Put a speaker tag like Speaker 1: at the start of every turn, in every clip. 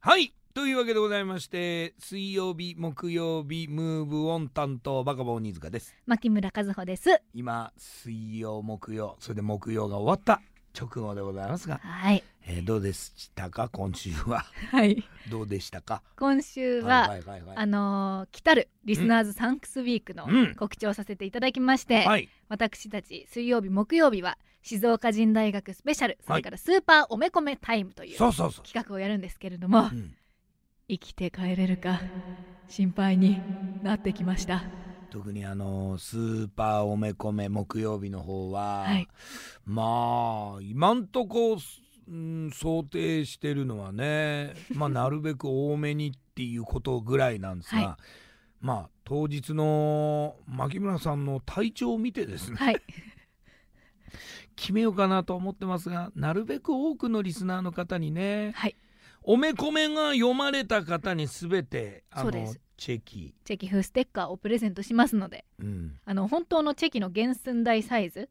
Speaker 1: はいというわけでございまして水曜日木曜日ムーブオン担当バカボン鬼塚です
Speaker 2: 牧村和穂です。
Speaker 1: 今水曜木曜それで木曜が終わった直後でございますが、
Speaker 2: はい。
Speaker 1: えーどうでしたか今週は
Speaker 2: はい。
Speaker 1: どうでしたか
Speaker 2: 今週は、
Speaker 1: いはいは
Speaker 2: あのー来たるリスナーズサンクスウィークの
Speaker 1: うん
Speaker 2: 告知をさせていただきまして、
Speaker 1: はい
Speaker 2: 私たち水曜日木曜日は静岡人大学スペシャル、それからスーパーおめこめタイムという
Speaker 1: そ
Speaker 2: 企
Speaker 1: うそうそう、
Speaker 2: 画をやるんですけれども、
Speaker 1: うん、
Speaker 2: 生きて帰れるか心配になってきました。
Speaker 1: 特にあのスーパーおめこめ木曜日の方は、
Speaker 2: はい
Speaker 1: まあ今んとこ、うん、想定してるのは ね、まあ、なるべく多めにっていうことぐらいなんですが、
Speaker 2: は
Speaker 1: まあ当日の牧村さんの体調を見てですね
Speaker 2: はい。
Speaker 1: 決めようかなと思ってますがなるべく多くのリスナーの方にね
Speaker 2: はい。
Speaker 1: おめこめが読まれた方に全てあ
Speaker 2: そうで
Speaker 1: の
Speaker 2: す
Speaker 1: チェキ、
Speaker 2: チェキ風ステッカーをプレゼントしますので、
Speaker 1: うん
Speaker 2: あの本当のチェキの原寸大サイズ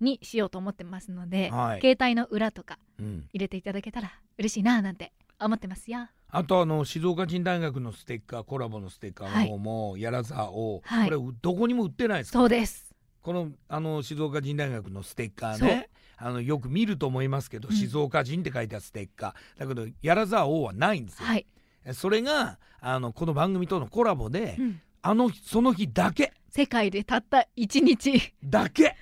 Speaker 2: にしようと思ってますので、
Speaker 1: はい
Speaker 2: 携帯の裏とか
Speaker 1: うん、
Speaker 2: 入れていただけたら嬉しいななんて思ってますよ。
Speaker 1: あとあの静岡人大学のステッカーコラボのステッカーの方もやらざを、
Speaker 2: はい
Speaker 1: これどこにも売ってないです
Speaker 2: そうです。
Speaker 1: このあの静岡人大学のステッカーねあのよく見ると思いますけど、
Speaker 2: うん
Speaker 1: 静岡人って書いたステッカーだけどやらざをはないんですよ、
Speaker 2: はい。
Speaker 1: それがあのこの番組とのコラボで、
Speaker 2: うん
Speaker 1: あのその日だけ
Speaker 2: 世界でたった一日
Speaker 1: だけ、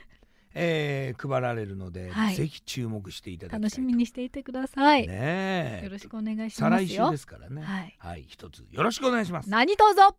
Speaker 1: えー配られるので、
Speaker 2: はい
Speaker 1: ぜひ注目していただきたい
Speaker 2: 楽しみにしていてください。
Speaker 1: ねえ
Speaker 2: よろしくお願いし
Speaker 1: 再
Speaker 2: ま
Speaker 1: 来
Speaker 2: す
Speaker 1: 週
Speaker 2: よ
Speaker 1: で。すからね
Speaker 2: はい。
Speaker 1: はい、一つよろしくお願いします
Speaker 2: 何卒